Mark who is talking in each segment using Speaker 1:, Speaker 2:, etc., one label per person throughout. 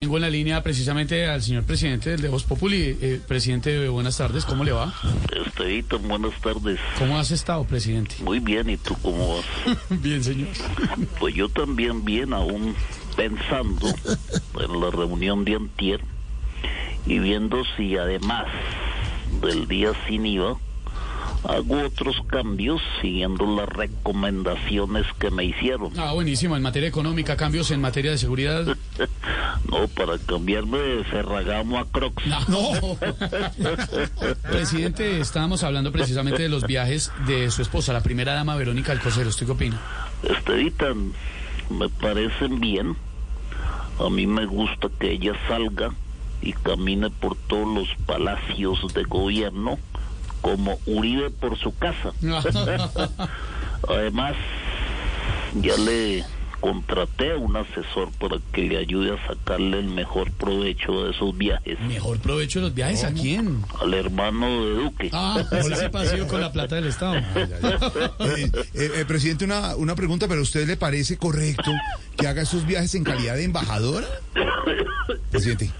Speaker 1: Tengo en la línea precisamente al señor presidente del de Voz Populi. Eh, presidente, buenas tardes, ¿cómo le va?
Speaker 2: Estevito, buenas tardes.
Speaker 1: ¿Cómo has estado, presidente?
Speaker 2: Muy bien, ¿y tú cómo vas?
Speaker 1: bien, señor.
Speaker 2: Pues yo también bien, aún pensando en la reunión de antier y viendo si además del día sin IVA hago otros cambios siguiendo las recomendaciones que me hicieron.
Speaker 1: Ah, buenísimo, en materia económica, cambios en materia de seguridad.
Speaker 2: no, para cambiarme de Ferragamo a Crocs.
Speaker 1: No. Ah, no. Presidente, estábamos hablando precisamente de los viajes de su esposa, la primera dama Verónica Alcocero. ¿Usted qué opina?
Speaker 2: Estevita, Este, me parecen bien. A mí me gusta que ella salga y camine por todos los palacios de gobierno como Uribe por su casa. Además, ya le contraté a un asesor para que le ayude a sacarle el mejor provecho de esos viajes.
Speaker 1: Mejor provecho de los viajes, ¿a quién?
Speaker 2: Al hermano de Duque.
Speaker 1: Ah, por ese paseo con la plata del Estado.
Speaker 3: Eh, eh, eh, presidente, una, una pregunta, pero ¿a usted le parece correcto que haga esos viajes en calidad de embajadora? Presidente.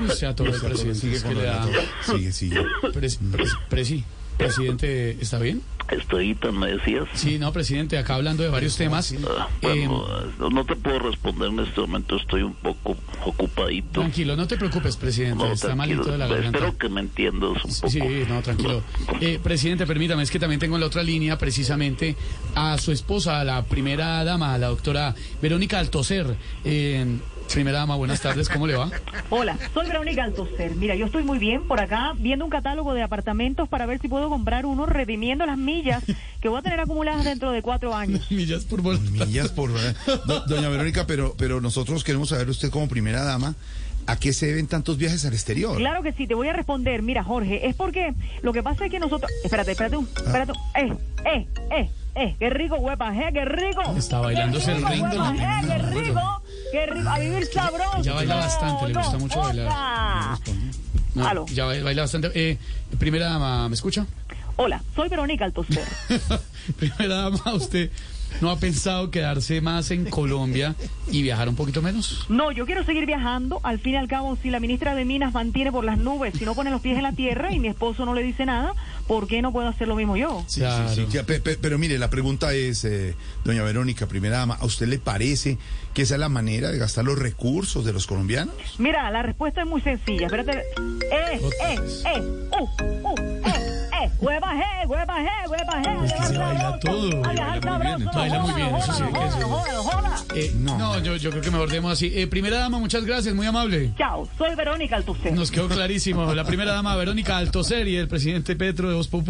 Speaker 1: Uy, Se atoró el presidente.
Speaker 3: Pues, Sigue
Speaker 1: es que
Speaker 3: con
Speaker 1: le da-
Speaker 3: Renato. Sigue, sigue.
Speaker 1: Pres- pres- presi, presidente, ¿está bien?
Speaker 2: Estevita, Este, me decías.
Speaker 1: Sí, no, presidente, acá hablando de varios temas.
Speaker 2: Ah,
Speaker 1: eh,
Speaker 2: Bueno, no- no te puedo responder en este momento, estoy un poco ocupadito.
Speaker 1: tranquilo, no te preocupes, presidente,
Speaker 2: No,
Speaker 1: está
Speaker 2: tranquilo,
Speaker 1: malito de la garganta.
Speaker 2: espero que me entiendas un poco.
Speaker 1: Sí, no, tranquilo. Eh, presidente, permítame, es que también tengo en la otra línea precisamente a su esposa, a la primera dama, a la doctora Verónica Altocer. Eh, primera dama, buenas tardes, ¿cómo le va?
Speaker 4: Hola, soy Verónica Altocer. Mira, yo estoy muy bien por acá viendo un catálogo de apartamentos para ver si puedo comprar uno redimiendo las millas que voy a tener acumuladas dentro de cuatro años.
Speaker 1: Millas por voluntad.
Speaker 3: Millas por... Do- Doña Verónica, pero, pero nosotros queremos saber usted como primera dama, ¿a qué se deben tantos viajes al exterior?
Speaker 4: Claro que sí, te voy a responder. Mira, Jorge, es porque lo que pasa es que nosotros... Espérate, espérate un... Espérate un- Eh, eh, eh, eh, qué rico, huepa, eh, qué rico.
Speaker 1: Está bailándose
Speaker 4: Qué
Speaker 1: el
Speaker 4: rico,
Speaker 1: ritmo.
Speaker 4: huepa, eh, qué rico, qué rico, a vivir sabroso.
Speaker 1: Ella baila bastante, le gusta mucho bailar.
Speaker 4: bailar.
Speaker 1: No,
Speaker 4: Aló.
Speaker 1: Ya baila baila bastante. Eh, primera dama, ¿me escucha?
Speaker 4: Hola, soy Verónica Altocer.
Speaker 1: primera dama, ¿usted no ha pensado quedarse más en Colombia y viajar un poquito menos?
Speaker 4: No, yo quiero seguir viajando. Al fin y al cabo, si la ministra de Minas mantiene por las nubes, si no pone los pies en la tierra y mi esposo no le dice nada, ¿por qué no puedo hacer lo mismo yo?
Speaker 3: Sí, sí, sí,
Speaker 1: Claro.
Speaker 3: ya, pe- pe- pero mire, la pregunta es, eh, doña Verónica, primera dama, ¿a usted le parece que esa es la manera de gastar los recursos de los colombianos?
Speaker 4: Mira, la respuesta es muy sencilla. Espérate. Eh, eh, eh, uh, uh, eh, eh. Hueva, eh, hueva, eh, hueva, eh.
Speaker 1: Es que se baila todo,
Speaker 4: A viajar
Speaker 3: baila muy bien,
Speaker 4: sabroso,
Speaker 1: baila muy bien, eso sí,
Speaker 4: jódalo,
Speaker 1: que sí.
Speaker 4: jódalo, jódalo, jódalo.
Speaker 1: Eh, no,
Speaker 3: No.
Speaker 1: yo, yo creo que mejor demos así. Eh, primera dama, muchas gracias, muy amable.
Speaker 4: Chao, soy Verónica Altucer.
Speaker 1: Nos quedó clarísimo. La primera dama, Verónica Altocer y el presidente Petro de Voz Populi.